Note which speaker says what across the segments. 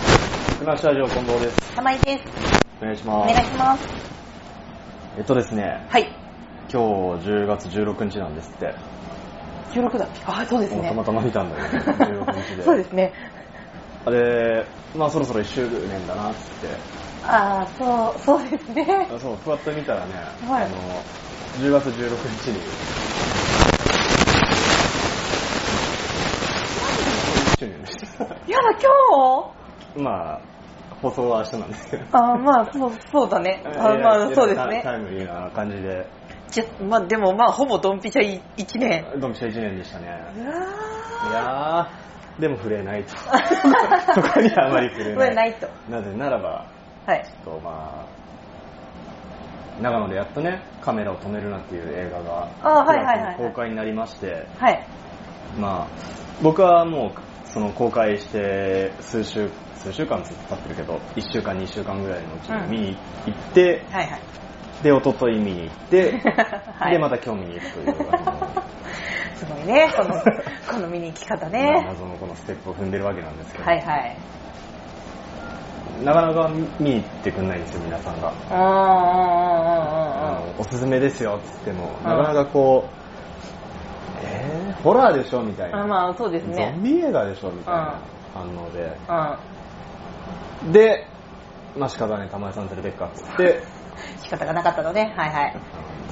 Speaker 1: スマッシュラジオ近藤です。
Speaker 2: 玉井です。
Speaker 1: お願いし
Speaker 2: お
Speaker 1: ま
Speaker 2: 願い
Speaker 1: す。
Speaker 2: します。
Speaker 1: えっとですね、
Speaker 2: はい。
Speaker 1: 今日10月16日なんですって。
Speaker 2: 16だっけあ、そうです
Speaker 1: もう
Speaker 2: ね。
Speaker 1: たまたま見たんだけど、16日で。
Speaker 2: そうですね。
Speaker 1: あれ、まあそろそろ1周年だなっつって
Speaker 2: あー、そう、そうです ね。
Speaker 1: あ。そう、ふわっと見たらね、
Speaker 2: はい
Speaker 1: あの、10月16日に。1周年でした。
Speaker 2: やだ、今
Speaker 1: まあ、放送は明日なんですけど
Speaker 2: 日。あー、まあ、そう、そうだね。あーまあ、そうです
Speaker 1: タタ
Speaker 2: ね。
Speaker 1: イムリーな感じで、
Speaker 2: じゃ、まあ、でもまあ、ほぼドンピシャ1年。
Speaker 1: ドンピシャ1年でしたね。
Speaker 2: うわ
Speaker 1: いやー、でも触れないと。 そこにはあまり触れない。
Speaker 2: 触れないと
Speaker 1: なぜならば、
Speaker 2: ー。はい。
Speaker 1: ちょっとまあ、長野でやっとね、カメラを止めるなっていう映画が、
Speaker 2: あーはいはいはい
Speaker 1: 9月に公開になりまして、
Speaker 2: はい。
Speaker 1: まあ、僕はもう、その公開して数週、数週間ずっと経ってるけど、1週間、2週間ぐらいのうちに見に行って、
Speaker 2: はいはい。
Speaker 1: で、一昨日見に行って、
Speaker 2: はい
Speaker 1: で、また今日見に行くという、あの
Speaker 2: すごいね、この、この見に行き方ね。
Speaker 1: 謎のこのステップを踏んでるわけなんですけど、
Speaker 2: はいはい。
Speaker 1: なかなか見に行ってくんないんですよ、皆さんが。
Speaker 2: うーんうんうん
Speaker 1: あ
Speaker 2: うんうん。
Speaker 1: のおすすめですよっつっても、
Speaker 2: ん
Speaker 1: なかなかこう、えー、ホラーでしょみたいな。
Speaker 2: あまあ、そうです
Speaker 1: ゾン
Speaker 2: ね。
Speaker 1: ビ映画でしょみたいな反応で。
Speaker 2: うん。
Speaker 1: で、まあ仕方ない、玉井さん連れてっかっつって、
Speaker 2: 仕方がなかったのね。はいはい。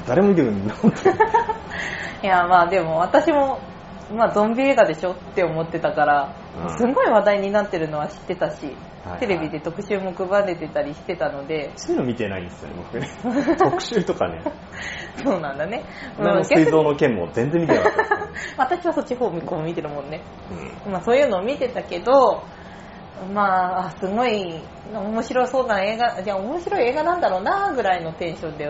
Speaker 1: 誰も見てくんの
Speaker 2: いやまあでも私も、まあ、ゾンビ映画でしょって思ってたから、
Speaker 1: うん
Speaker 2: すんごい話題になってるのは知ってたし、
Speaker 1: はい
Speaker 2: テレビで特集も配れてたりしてたので
Speaker 1: そういうの見てないんですよね、僕ね。特集とかね。
Speaker 2: そうなんだね、うん
Speaker 1: あの
Speaker 2: 逆
Speaker 1: 水
Speaker 2: に
Speaker 1: 道の件も全然見てなかったですね
Speaker 2: 私はそっち方向を見てるもんね、
Speaker 1: うん
Speaker 2: まあ、そういうのを見てたけどまあすごい面白そうな映画いや面白い映画なんだろうなぐらいのテンションで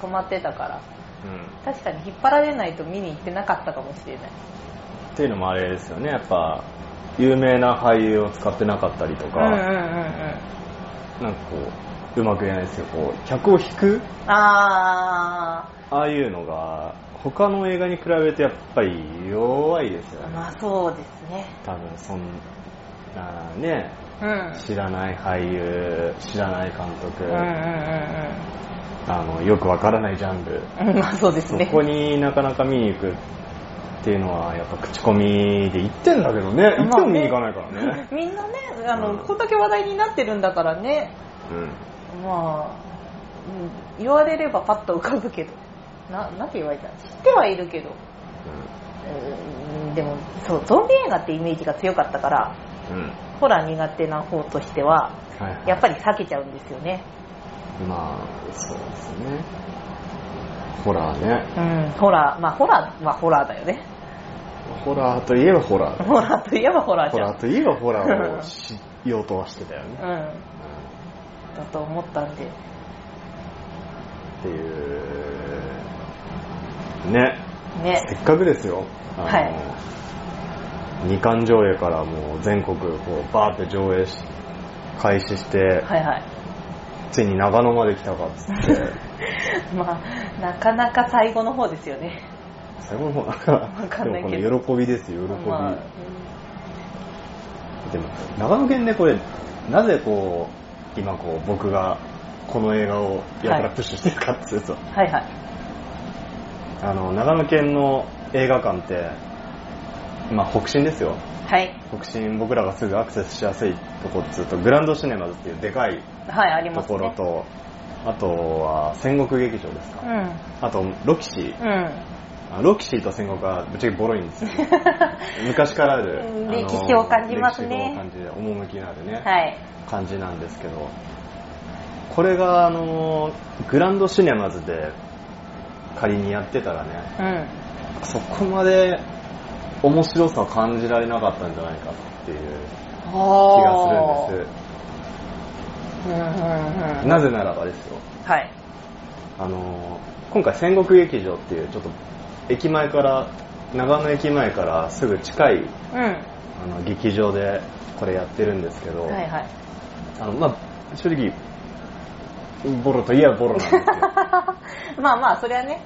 Speaker 2: 止まってたから
Speaker 1: うん
Speaker 2: 確かに引っ張られないと見に行ってなかったかもしれない
Speaker 1: っていうのもあれですよね、やっぱ、有名な俳優を使ってなかったりとか、
Speaker 2: うんうんうんうん
Speaker 1: なんかこう、うまく言えないですけど、こう、客を引く
Speaker 2: あ
Speaker 1: ああいうのが、他の映画に比べてやっぱり弱いですよ
Speaker 2: あ
Speaker 1: ね。
Speaker 2: まあそうですね
Speaker 1: 多分そんなね、
Speaker 2: うんう
Speaker 1: 知らない俳優、知らない監督、
Speaker 2: んうん
Speaker 1: あの、よくわからないジャンル、
Speaker 2: うんうんまあそうです
Speaker 1: そ
Speaker 2: ね
Speaker 1: こになかなか見に行くっていうのは、やっぱ口コミで言ってんだけどね、行っても見に行かないからね。
Speaker 2: みんなねあの、
Speaker 1: うん
Speaker 2: こんだけ話題になってるんだからね
Speaker 1: うん
Speaker 2: まあ、うん言われればパッと浮かぶけどななんて言われた知ってはいるけどうんでもそうゾンビ映画ってイメージが強かったから
Speaker 1: うん。うん。
Speaker 2: ホラー苦手な方としては
Speaker 1: はいはい
Speaker 2: やっぱり避けちゃうんですよね
Speaker 1: まあ、そうですね。ホラーね。
Speaker 2: うんホラーまあホラーはホラーだよね
Speaker 1: ホラーといえばホラーだよ
Speaker 2: ホラーといえばホラー
Speaker 1: ホ
Speaker 2: じゃ
Speaker 1: ラ
Speaker 2: ん
Speaker 1: ーといえばホラーをしようとはしてたよね。
Speaker 2: うんだと思ったんで
Speaker 1: っていう、ね、
Speaker 2: ね
Speaker 1: せっかくですよ。あの
Speaker 2: はい
Speaker 1: 二巻上映からもう全国こうバーって上映し開始して、
Speaker 2: はいはい
Speaker 1: ついに長野まで来たかっつって、
Speaker 2: まあなかなか最後の方ですよね
Speaker 1: 最後の方なんか
Speaker 2: わかんな
Speaker 1: で
Speaker 2: い
Speaker 1: も
Speaker 2: けど
Speaker 1: この喜びですよ、喜び。
Speaker 2: まあうん
Speaker 1: でも長野県ねこれなぜこう今こう僕がこの映画をやたらプッシュしてるかっていうと、
Speaker 2: はいはい
Speaker 1: あの長野県の映画館ってまあ北進ですよ
Speaker 2: はい
Speaker 1: 北進僕らがすぐアクセスしやすいとこっつうとグランドシネマズっていうでかい
Speaker 2: はいあり
Speaker 1: と
Speaker 2: ます
Speaker 1: ころ
Speaker 2: ね
Speaker 1: と、あとは戦国劇場です
Speaker 2: う
Speaker 1: か、
Speaker 2: ん
Speaker 1: あとロキシー
Speaker 2: うん
Speaker 1: あロキシーと戦国はぶっちゃけボロいんですよ昔からある
Speaker 2: うん
Speaker 1: あの
Speaker 2: 歴史を感じますね
Speaker 1: 歴史を感じで趣のあるね、
Speaker 2: はい
Speaker 1: 感じなんですけどこれがあのグランドシネマズで仮にやってたらね
Speaker 2: うん
Speaker 1: そこまで面白さを感じられなかったんじゃないかっていう気がするんです
Speaker 2: するんですうんうんうん
Speaker 1: なぜならばですよ
Speaker 2: はい
Speaker 1: あの今回戦国劇場っていうちょっと駅前から長野駅前からすぐ近い
Speaker 2: うん
Speaker 1: あの劇場でこれやってるんですけど、
Speaker 2: はいはい
Speaker 1: あのまあ正直ボロといえばボロなん ですよ
Speaker 2: まあまあそれはね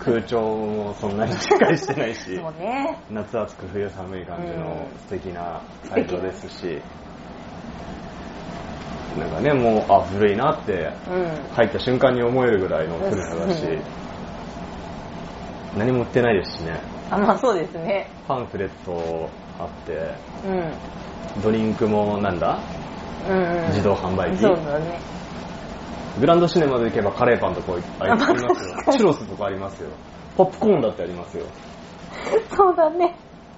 Speaker 1: 空調もそんなにしっかりしてない し
Speaker 2: もうね
Speaker 1: 夏暑く冬寒い感じの
Speaker 2: うん
Speaker 1: 素敵な会場ですし、なんかねもうあ古いなって
Speaker 2: うん
Speaker 1: 入った瞬間に思えるぐらいの古さだし
Speaker 2: うん
Speaker 1: 何も売ってないですしね
Speaker 2: あまあそうですね
Speaker 1: パンフレットあって
Speaker 2: うん
Speaker 1: ドリンクもなんだ
Speaker 2: うんうん
Speaker 1: 自動販売機
Speaker 2: そうだね
Speaker 1: グランドシネマで行けばカレーパンとかありありますよチュロスとかありますよポップコーンだってありますよ
Speaker 2: そうだね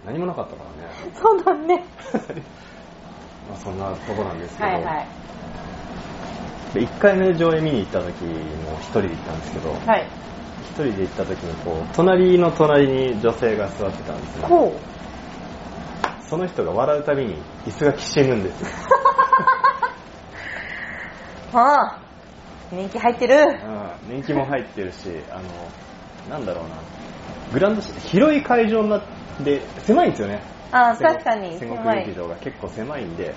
Speaker 1: 何もなかったからね
Speaker 2: そうだね
Speaker 1: まあそんなとこなんですけど、
Speaker 2: はいはい
Speaker 1: で1回目上映見に行った時も1人で行ったんですけど、
Speaker 2: はい
Speaker 1: 一人で行った時にこう隣の隣に女性が座ってたんですよ
Speaker 2: こ
Speaker 1: その人が笑うたびに椅子がきしむん ですよ、
Speaker 2: うああ年季入ってる
Speaker 1: うん、年季も入ってるしあのなんだろうなグランドシ広い会場になって狭いんですよね
Speaker 2: ああ確かに
Speaker 1: 戦国
Speaker 2: 狭い
Speaker 1: 劇場が結構狭いんで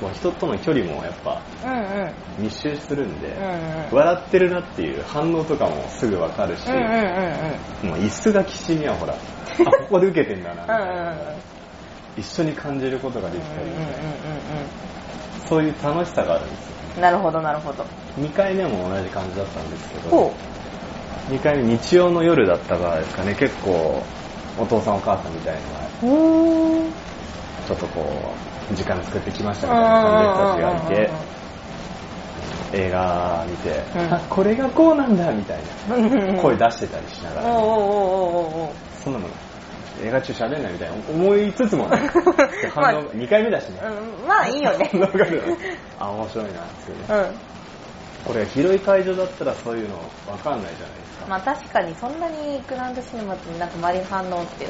Speaker 1: こう人との距離もやっぱ
Speaker 2: うんうん
Speaker 1: 密集するんで、
Speaker 2: うんうん
Speaker 1: 笑ってるなっていう反応とかもすぐわかるし、
Speaker 2: うんうんうん
Speaker 1: もう椅子がきしみは ほらあここで受けてんだなみたいな
Speaker 2: うんうんうん
Speaker 1: 一緒に感じることができたりみたいな、
Speaker 2: う
Speaker 1: そういう楽しさがあるんですよ
Speaker 2: んなるほどなるほど
Speaker 1: 2回目も同じ感じだったんですけど
Speaker 2: ほ
Speaker 1: 2回目日曜の夜だったからですかね結構お父さんお母さんみたいなのが
Speaker 2: ううん
Speaker 1: ちょっとこう時間作ってきましたみたいな感じの人たちがいて映画見て、
Speaker 2: うん
Speaker 1: あこれがこうなんだみたいな声
Speaker 2: 声
Speaker 1: 出してたりしな
Speaker 2: お
Speaker 1: が
Speaker 2: う
Speaker 1: ら、
Speaker 2: おうおうおうおう
Speaker 1: そんなの映画中喋んないみたいな思いつつもね
Speaker 2: まあ
Speaker 1: 反応2回目だしね、
Speaker 2: うんまあいいよね
Speaker 1: わかるよねあ面白いなっていうね
Speaker 2: う
Speaker 1: こ
Speaker 2: ん
Speaker 1: れ広い会場だったらそういうの分かんないじゃないですか、
Speaker 2: まあ確かにそんなにグランドシネマってなんか周りの反応って
Speaker 1: う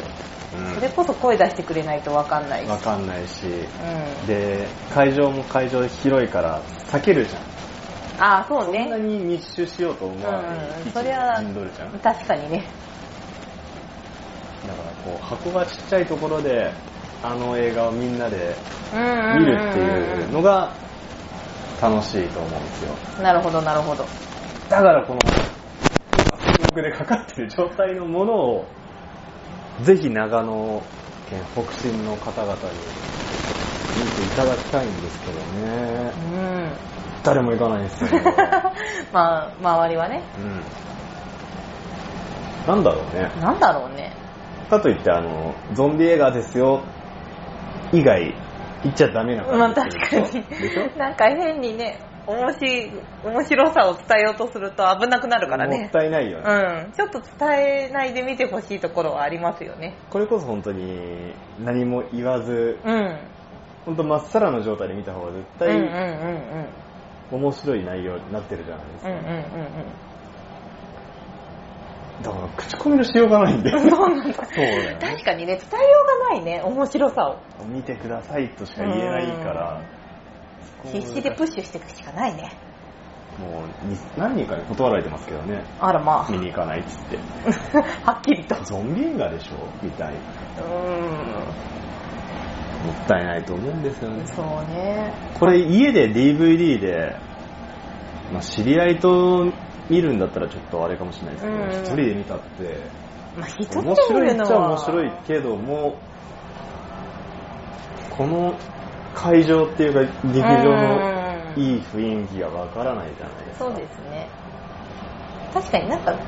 Speaker 1: ん
Speaker 2: それこそ声出してくれないとわかんないし
Speaker 1: わかんないし、
Speaker 2: うん
Speaker 1: で、会場も会場で広いから、避けるじゃん。
Speaker 2: ああそう
Speaker 1: そんな
Speaker 2: ね
Speaker 1: に密集しようと思わない
Speaker 2: うん。
Speaker 1: 位置
Speaker 2: それは
Speaker 1: に陣取るじゃん。だか
Speaker 2: 確かにね
Speaker 1: ら、こう、箱がちっちゃいところで、あの映画をみんなで
Speaker 2: うんうんうん
Speaker 1: 見るっていう
Speaker 2: うん
Speaker 1: のが、楽しいと思うんですよ。
Speaker 2: なるほどなるほど
Speaker 1: だから、この、記憶でかかってる状態のものを、ぜひ長野県北信の方々に見ていただきたいんですけどね
Speaker 2: う。ん
Speaker 1: 誰も行かないんですよ。
Speaker 2: まあ周りはね
Speaker 1: うん。なんだろうね。
Speaker 2: なんだろうね
Speaker 1: かといって、あの、ゾンビ映画ですよ、以外、行っちゃダメな
Speaker 2: まあ
Speaker 1: 感じ
Speaker 2: 確
Speaker 1: で
Speaker 2: かに
Speaker 1: しょでしょ
Speaker 2: なんか変にね面白い面白さを伝えようとすると危なくなるから
Speaker 1: も
Speaker 2: ね
Speaker 1: ったいないよね。
Speaker 2: うんちょっと伝えないで見てほしいところはありますよね
Speaker 1: これこそ本当に何も言わず、
Speaker 2: うん
Speaker 1: 本当まっさらの状態で見た方が絶
Speaker 2: うんうんうん
Speaker 1: 対面白い内容になってるじゃないです
Speaker 2: うんうんうん
Speaker 1: か。だから口コミのしようがないんで。
Speaker 2: うんうん そうなんだ
Speaker 1: そうだよね。
Speaker 2: 確かにね伝えようがないね面白さを
Speaker 1: 見てくださいとしか言えないから。
Speaker 2: 必死でプッシュしていくしかないね
Speaker 1: もうに何人かに断られてますけどね。
Speaker 2: あらま
Speaker 1: 見に行かないっつって。
Speaker 2: あ はっきりとう
Speaker 1: ゾンビ映画でしょみたいな。
Speaker 2: ー
Speaker 1: もったいないと思うんですよね
Speaker 2: ん。そうね
Speaker 1: これ家で DVD で、まあ、知り合いと見るんだったらちょっとあれかもしれないですけど、
Speaker 2: うん
Speaker 1: 一人で見たって、
Speaker 2: まあ一人で
Speaker 1: 面白
Speaker 2: 見
Speaker 1: い
Speaker 2: る
Speaker 1: っ
Speaker 2: の
Speaker 1: ちゃ
Speaker 2: は
Speaker 1: 面白いけども、この会場っていうか劇場の
Speaker 2: うん
Speaker 1: いい雰囲気がわからないじゃないですか。
Speaker 2: そうですね確かになんか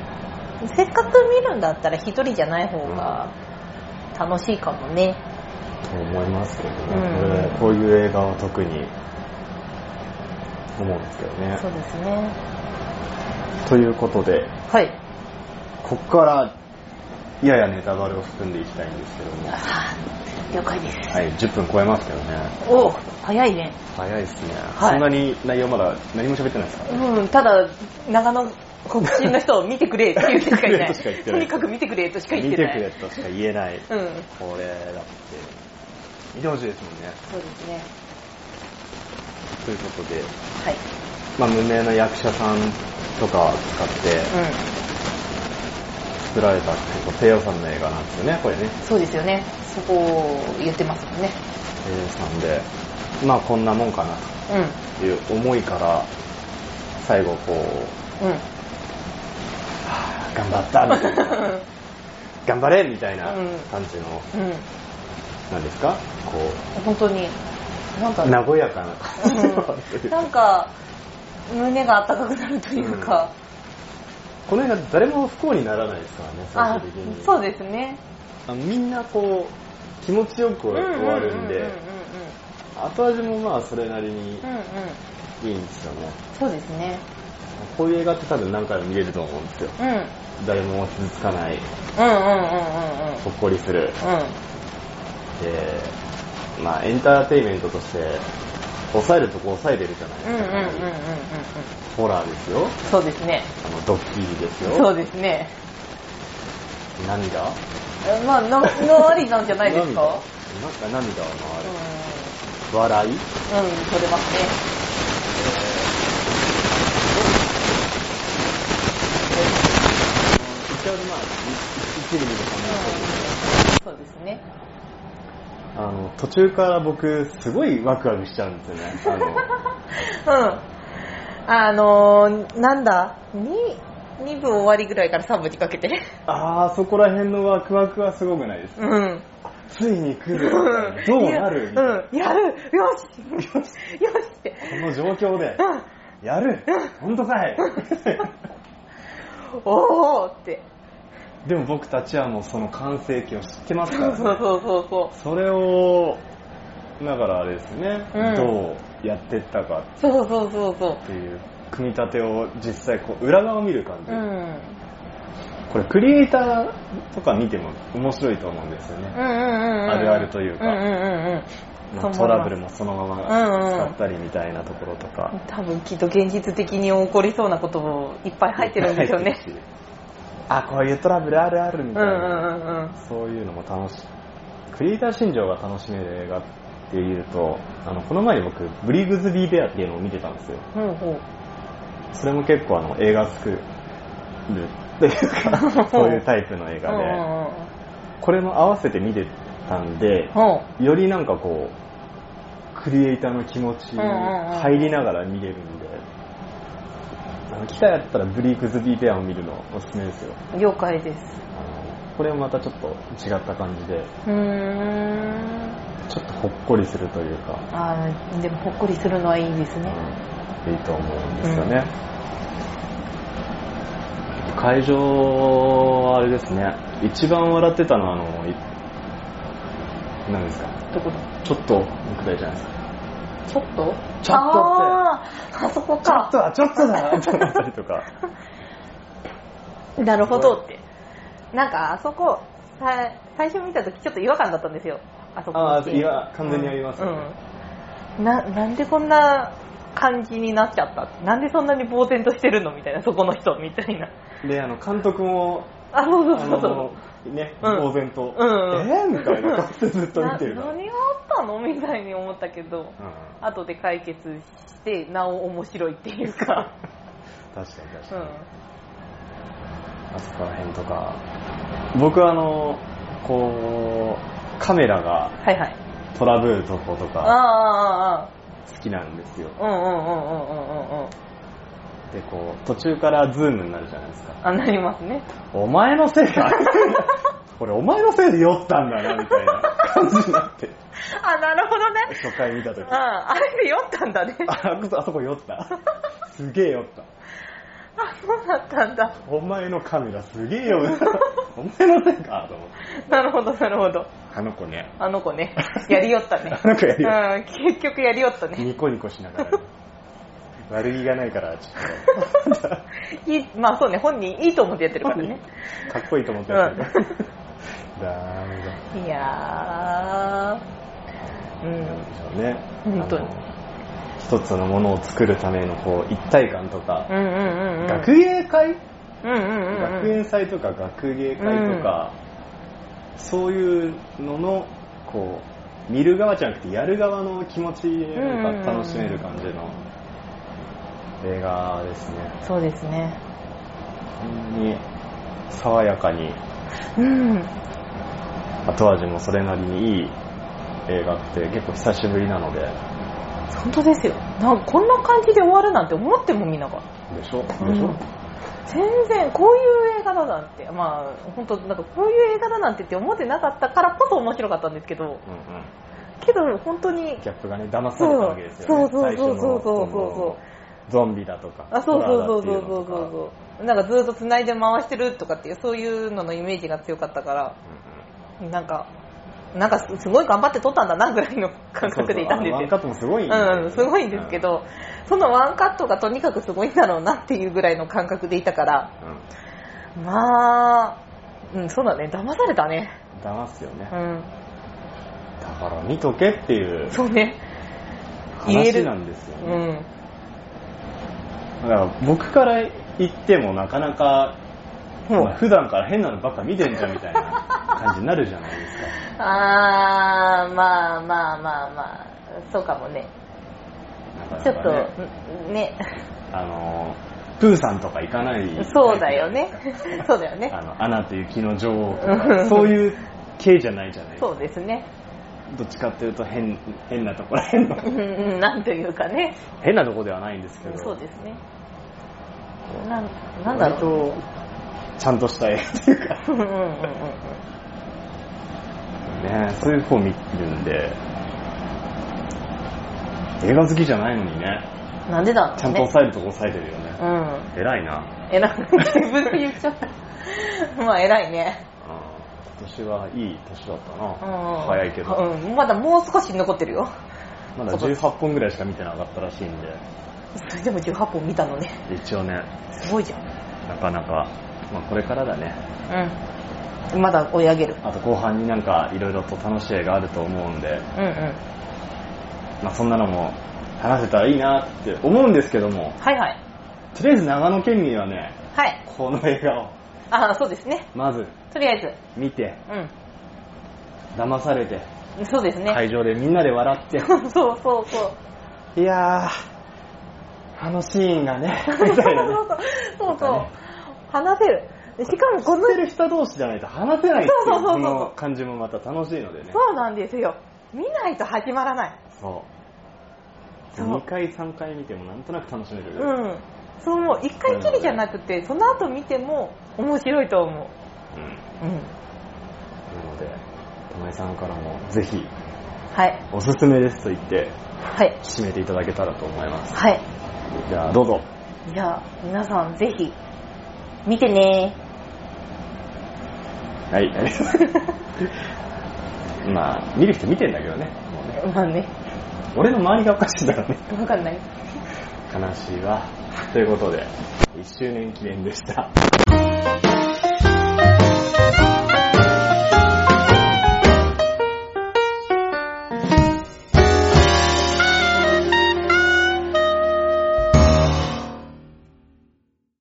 Speaker 2: せっかく見るんだったら一人じゃない方が楽しいかもね
Speaker 1: と思いますけどね、
Speaker 2: うん
Speaker 1: これこういう映画は特に思うんですけどね
Speaker 2: そ。うですね
Speaker 1: ということで、
Speaker 2: はい
Speaker 1: ここからややネタバレを含んでいきたいんですけども、は
Speaker 2: あー了解です
Speaker 1: い、10分超えますけどね。
Speaker 2: おお早いね
Speaker 1: 早いですね、
Speaker 2: はい
Speaker 1: そんなに内容まだ何も喋ってないですからね。
Speaker 2: うんただ長野国人の人を見てくれっていう人しかいな
Speaker 1: 見てくれとしか言ってな
Speaker 2: いと
Speaker 1: い
Speaker 2: にかく見てくれとしか言
Speaker 1: 見
Speaker 2: ってて
Speaker 1: く
Speaker 2: ない
Speaker 1: れとしか言えない。
Speaker 2: うん
Speaker 1: これだって、見てほしいですもんね。
Speaker 2: そうですね
Speaker 1: ということで、
Speaker 2: はい
Speaker 1: まあ、無名な役者さんとか使って作られた結構低予算の映画なんですよね、これね。
Speaker 2: うんそうですよねそこを言ってますもんね
Speaker 1: 低予算で、まあこんなもんかなという思いから、最後こう、
Speaker 2: うんうん
Speaker 1: はぁ頑張ったみたいな。 頑張れみたいな
Speaker 2: うん
Speaker 1: 感じの、
Speaker 2: うん
Speaker 1: なんですかこう、
Speaker 2: 本当になんか、
Speaker 1: 和やかな感じ
Speaker 2: うん、なんか胸が温かくなるというか、
Speaker 1: この映画誰も不幸にならないですからね、最
Speaker 2: あ
Speaker 1: 終的に。
Speaker 2: そうですね
Speaker 1: あのみんなこう、気持ちよく終わるん
Speaker 2: う
Speaker 1: で
Speaker 2: ん、
Speaker 1: 後味もまあそれなりに
Speaker 2: うんうんうんうんうんうん
Speaker 1: いいんですよね。
Speaker 2: そうですね
Speaker 1: こういう映画って多分何回も見れると思うんですよ。
Speaker 2: うんうんうん
Speaker 1: 誰も傷つかない、
Speaker 2: うんうん
Speaker 1: ほっこりする。
Speaker 2: うん
Speaker 1: で、まあエンターテインメントとして、抑えるとこ抑えてるじゃない
Speaker 2: うんうんうん
Speaker 1: ですか。
Speaker 2: うんうんうん
Speaker 1: ホラーですよ。
Speaker 2: そうですね
Speaker 1: あの、ドッキリです
Speaker 2: そう
Speaker 1: よ。
Speaker 2: ですね
Speaker 1: 涙
Speaker 2: えまあののありなんじゃないですか
Speaker 1: 涙なんか涙は
Speaker 2: うん
Speaker 1: な笑い
Speaker 2: うん取れますね
Speaker 1: 一応まあ、一気に見る感じ
Speaker 2: うんそうですね
Speaker 1: あの、途中から僕、すごいワクワクしちゃうんですよね。あの、
Speaker 2: うん。あのー、なんだ、2、2部終わりぐらいから3部にかけて。
Speaker 1: あー、そこら辺のワクワクはすごくないです。
Speaker 2: うん。
Speaker 1: ついに来 る。どうなるみたいな。
Speaker 2: うん。やるよしよしよしって。
Speaker 1: この状況で
Speaker 2: う、ん。
Speaker 1: やる本当 かい
Speaker 2: おーって。
Speaker 1: でも僕たちはもうその完成形を知ってます
Speaker 2: そ
Speaker 1: から、
Speaker 2: う
Speaker 1: ね。
Speaker 2: そうそうそうそ
Speaker 1: それを、だからあれですね、
Speaker 2: うん
Speaker 1: どうやってったか
Speaker 2: う。そうそうそうそう。
Speaker 1: っていう、組み立てを実際こう裏側を見る感じ、
Speaker 2: うん。うん
Speaker 1: これクリエイターとか見ても面白いと思うんですよ
Speaker 2: うんう
Speaker 1: ね。
Speaker 2: んうん。
Speaker 1: あるあるというか
Speaker 2: うんうんうん。
Speaker 1: まあ
Speaker 2: そう思います
Speaker 1: トラブルもそのまま
Speaker 2: うんう
Speaker 1: 使
Speaker 2: ん
Speaker 1: ったりみたいなところとか。
Speaker 2: 多分きっと現実的に起こりそうなこともいっぱい入ってるんですよね。
Speaker 1: 入ってるし。 あ、こういうトラブルあるあるみ
Speaker 2: う
Speaker 1: た
Speaker 2: ん
Speaker 1: いうな。
Speaker 2: んうんうん。
Speaker 1: そういうのも楽しい。クリエイター心情が楽しめる映画っていうと、あの、この前に僕、ブリグズビー・ベアっていうのを見てたんですよ。
Speaker 2: ほうほう。
Speaker 1: それも結構あの、映画作るっていう か、そういうタイプの映
Speaker 2: うんう
Speaker 1: 画で、
Speaker 2: んうん。
Speaker 1: これも合わせて見てたんで、
Speaker 2: ほう。
Speaker 1: よりなんかこう、クリエイターの気持ちに入りながら見れるんで、あの、機会あったらブリークズビーペアを見るのおすすめですよ。
Speaker 2: 了解です。
Speaker 1: あのこれもまたちょっと違った感じで、
Speaker 2: うーん。
Speaker 1: ちょっとほっこりするというか、
Speaker 2: あーでもほっこりするのはいいですね。
Speaker 1: うんいいと思うんですよね。会場はあれですね、一番笑ってたのはあの、い何ですか、
Speaker 2: どこ
Speaker 1: ちょっとくらいじゃないですか。
Speaker 2: ちょっと
Speaker 1: ちょっとって
Speaker 2: あーあそ
Speaker 1: ち
Speaker 2: こ
Speaker 1: ょっと
Speaker 2: か。
Speaker 1: だ、ちょっとだと思ったりとか。
Speaker 2: なるほどって。なんかあそこ、さ最初見た時ちょっと違和感だったんですよ。あそこの
Speaker 1: あ
Speaker 2: シ
Speaker 1: ー
Speaker 2: ーン
Speaker 1: いや完全にありますよね
Speaker 2: うんな、なんでこんな感じになっちゃったなんでそんなに呆然としてるのみたいな、そこの人、みたいな。
Speaker 1: で、あの、監督も、
Speaker 2: あ、そう
Speaker 1: あ
Speaker 2: そうそうそう。
Speaker 1: の、ね、
Speaker 2: うん
Speaker 1: 呆然と、
Speaker 2: うんうん
Speaker 1: えーみたいな顔してずっと見てるか
Speaker 2: な
Speaker 1: ら。うん
Speaker 2: 何があったのみたいに思ったけど、後で解決して、なお面白いってい うか。
Speaker 1: 確かに確か
Speaker 2: う
Speaker 1: に。
Speaker 2: ん。
Speaker 1: あそこら辺とか。僕はあの、こう、カメラが
Speaker 2: はいはい。
Speaker 1: トラブルとこと
Speaker 2: あ
Speaker 1: か
Speaker 2: あ、ああ、あ
Speaker 1: 好きなんですよ。
Speaker 2: あ。うんうんうんうんうんうんうん。
Speaker 1: で、こう、途中からズームになるじゃないですか。
Speaker 2: あ、なりますね。
Speaker 1: お前のせい かこれお前のせいで酔ったんだな、みたいな感じになって、
Speaker 2: あ、なるほどね。
Speaker 1: 初回見た
Speaker 2: う
Speaker 1: 時
Speaker 2: ん。あれで酔ったんだね。
Speaker 1: あ、あそこ酔った。すげえ酔った。
Speaker 2: あ、そうだったんだ。
Speaker 1: お前のカメラすげえ 酔う。お前のせいかと思って。
Speaker 2: なるほど、なるほど。
Speaker 1: あの子ね。
Speaker 2: あの子ね。やりよったね。
Speaker 1: あの子 やりよ
Speaker 2: うん、結局やりよったね。
Speaker 1: ニコニコしながら、悪気がないから、ちょっと。
Speaker 2: いい、まあそうね、本人いいと思ってやってるからね。
Speaker 1: かっこいいと思ってるけど。ダメだ。
Speaker 2: いやー。うん。
Speaker 1: ね。
Speaker 2: 本当に
Speaker 1: あの。一つのものを作るためのこう一体感とか、
Speaker 2: うんうんうんうん。
Speaker 1: 学芸会、
Speaker 2: うんうんうんうん。
Speaker 1: 学園祭とか学芸会とか、そういうのの、こう、見る側じゃなくてやる側の気持ちが楽しめる感じの映画ですね。
Speaker 2: そうですね。
Speaker 1: 本当に爽やかに
Speaker 2: うん。
Speaker 1: 後味もそれなりにいい映画って結構久しぶりなので
Speaker 2: 本当ですよ。なんかこんな感じで終わるなんて思ってもみなかった。
Speaker 1: でしょ
Speaker 2: うん
Speaker 1: でしょ、
Speaker 2: 全然こういう映画だなんてまあ本当なんかこういう映画だなんてって思ってなかったからこそ面白かったんですけど
Speaker 1: うんうん
Speaker 2: けど本当に
Speaker 1: ギャップがね、騙されたわけですよね。
Speaker 2: そうそうそうそうそうそう
Speaker 1: 最初ののゾンビだとか。
Speaker 2: あそうそうそう
Speaker 1: ホ
Speaker 2: そ
Speaker 1: ラーだっていのとか
Speaker 2: うそうそうそうなんかずっと繋いで回してるとかっていうそういうののイメージが強かったからなんかなんかすごい頑張って撮ったんだなぐらいの感覚でいたんですよ
Speaker 1: そうそうあのワンカットもすごいんだよね
Speaker 2: うん、すごいんですけど、そのワンカットがとにかくすごいんだろうなっていうぐらいの感覚でいたから、
Speaker 1: うん。うん
Speaker 2: まあ、うん、そうだね、騙されたね。
Speaker 1: 騙すよね
Speaker 2: う。ん、
Speaker 1: だから見とけっていう
Speaker 2: そうね。言え
Speaker 1: 話
Speaker 2: る
Speaker 1: なんですよ
Speaker 2: う
Speaker 1: ね。
Speaker 2: ん。
Speaker 1: だから僕から言ってもなかなか、
Speaker 2: うん
Speaker 1: まあ普段から変なのばっか見てんじゃんみたいな感じになるじゃないですか。
Speaker 2: あー、まあまあまあまあ、そうかもね。
Speaker 1: なかなかね
Speaker 2: ちょっと、ね、
Speaker 1: あのプーさんとか行かない
Speaker 2: そうだよね。そうだよ ね
Speaker 1: あ。のアナと雪の女王と
Speaker 2: う
Speaker 1: か
Speaker 2: ん
Speaker 1: そういう系じゃないじゃないですか
Speaker 2: そうですね。
Speaker 1: どっちかっていうと変変なところ変 な
Speaker 2: うんうん、なんというかね。
Speaker 1: 変なとこではないんですけど
Speaker 2: そうですね。なんなんだろう。
Speaker 1: 割とちゃんとした映画っていうか
Speaker 2: うんうんうんうん
Speaker 1: ねそういう方見るんで映画好きじゃないのにね
Speaker 2: なんでだろうね。
Speaker 1: ちゃんと抑えるとこ抑えてるよね
Speaker 2: うん。
Speaker 1: 偉いな
Speaker 2: 偉い。自分で言っちゃった。まあ偉いね。
Speaker 1: あー今年はいい年だったな、
Speaker 2: うん。
Speaker 1: 早いけど、
Speaker 2: うん。まだもう少し残ってるよ。
Speaker 1: まだ18本ぐらいしか見てなかったらしいんで
Speaker 2: それでも18本見たのね。
Speaker 1: 一応ね
Speaker 2: すごいじゃん。
Speaker 1: なかなか、まあ、これからだね
Speaker 2: うん。まだ追い上げる。
Speaker 1: あと後半になんかいろいろと楽しい絵があると思うんで、
Speaker 2: うんうん。
Speaker 1: まあ、そんなのも話せたらいいなって思うんですけども
Speaker 2: はいはい。
Speaker 1: とりあえず長野県民はね
Speaker 2: はい。
Speaker 1: この映画を
Speaker 2: ああ、そうですね。
Speaker 1: まず
Speaker 2: とりあえず。
Speaker 1: 見て
Speaker 2: う
Speaker 1: 騙されて
Speaker 2: ん。そうですね。
Speaker 1: 会場でみんなで笑って、
Speaker 2: そうそうそう。
Speaker 1: いやーあのシーンがねみ
Speaker 2: そうそう
Speaker 1: たいなね
Speaker 2: そうそう。話せる。しかもこの
Speaker 1: 知ってる人同士じゃないと話せないってい
Speaker 2: そうそうそうそう
Speaker 1: この感じもまた楽しいのでね
Speaker 2: そうなんですよ。見ないと始まらない。
Speaker 1: そう
Speaker 2: そう
Speaker 1: 2回3回見てもなんとなく楽しめるぐらい、
Speaker 2: うん。そう思う。一回きりじゃなくて、その後見ても面白いと
Speaker 1: う
Speaker 2: 思
Speaker 1: ん
Speaker 2: う。うん。
Speaker 1: なので、玉井さんからもぜひ
Speaker 2: はい。
Speaker 1: おすすめですと言って
Speaker 2: はい。
Speaker 1: 締めていただけたらと思います。
Speaker 2: はい。
Speaker 1: じゃあどうぞ。
Speaker 2: じゃあ、皆さんぜひ、見てね
Speaker 1: はい。まあ、見る人見てんだけどね。もうね
Speaker 2: まあね、
Speaker 1: 俺の周りがおかしいんだからね。
Speaker 2: わかんない。
Speaker 1: 悲しいわ。ということで、1周年記念でした。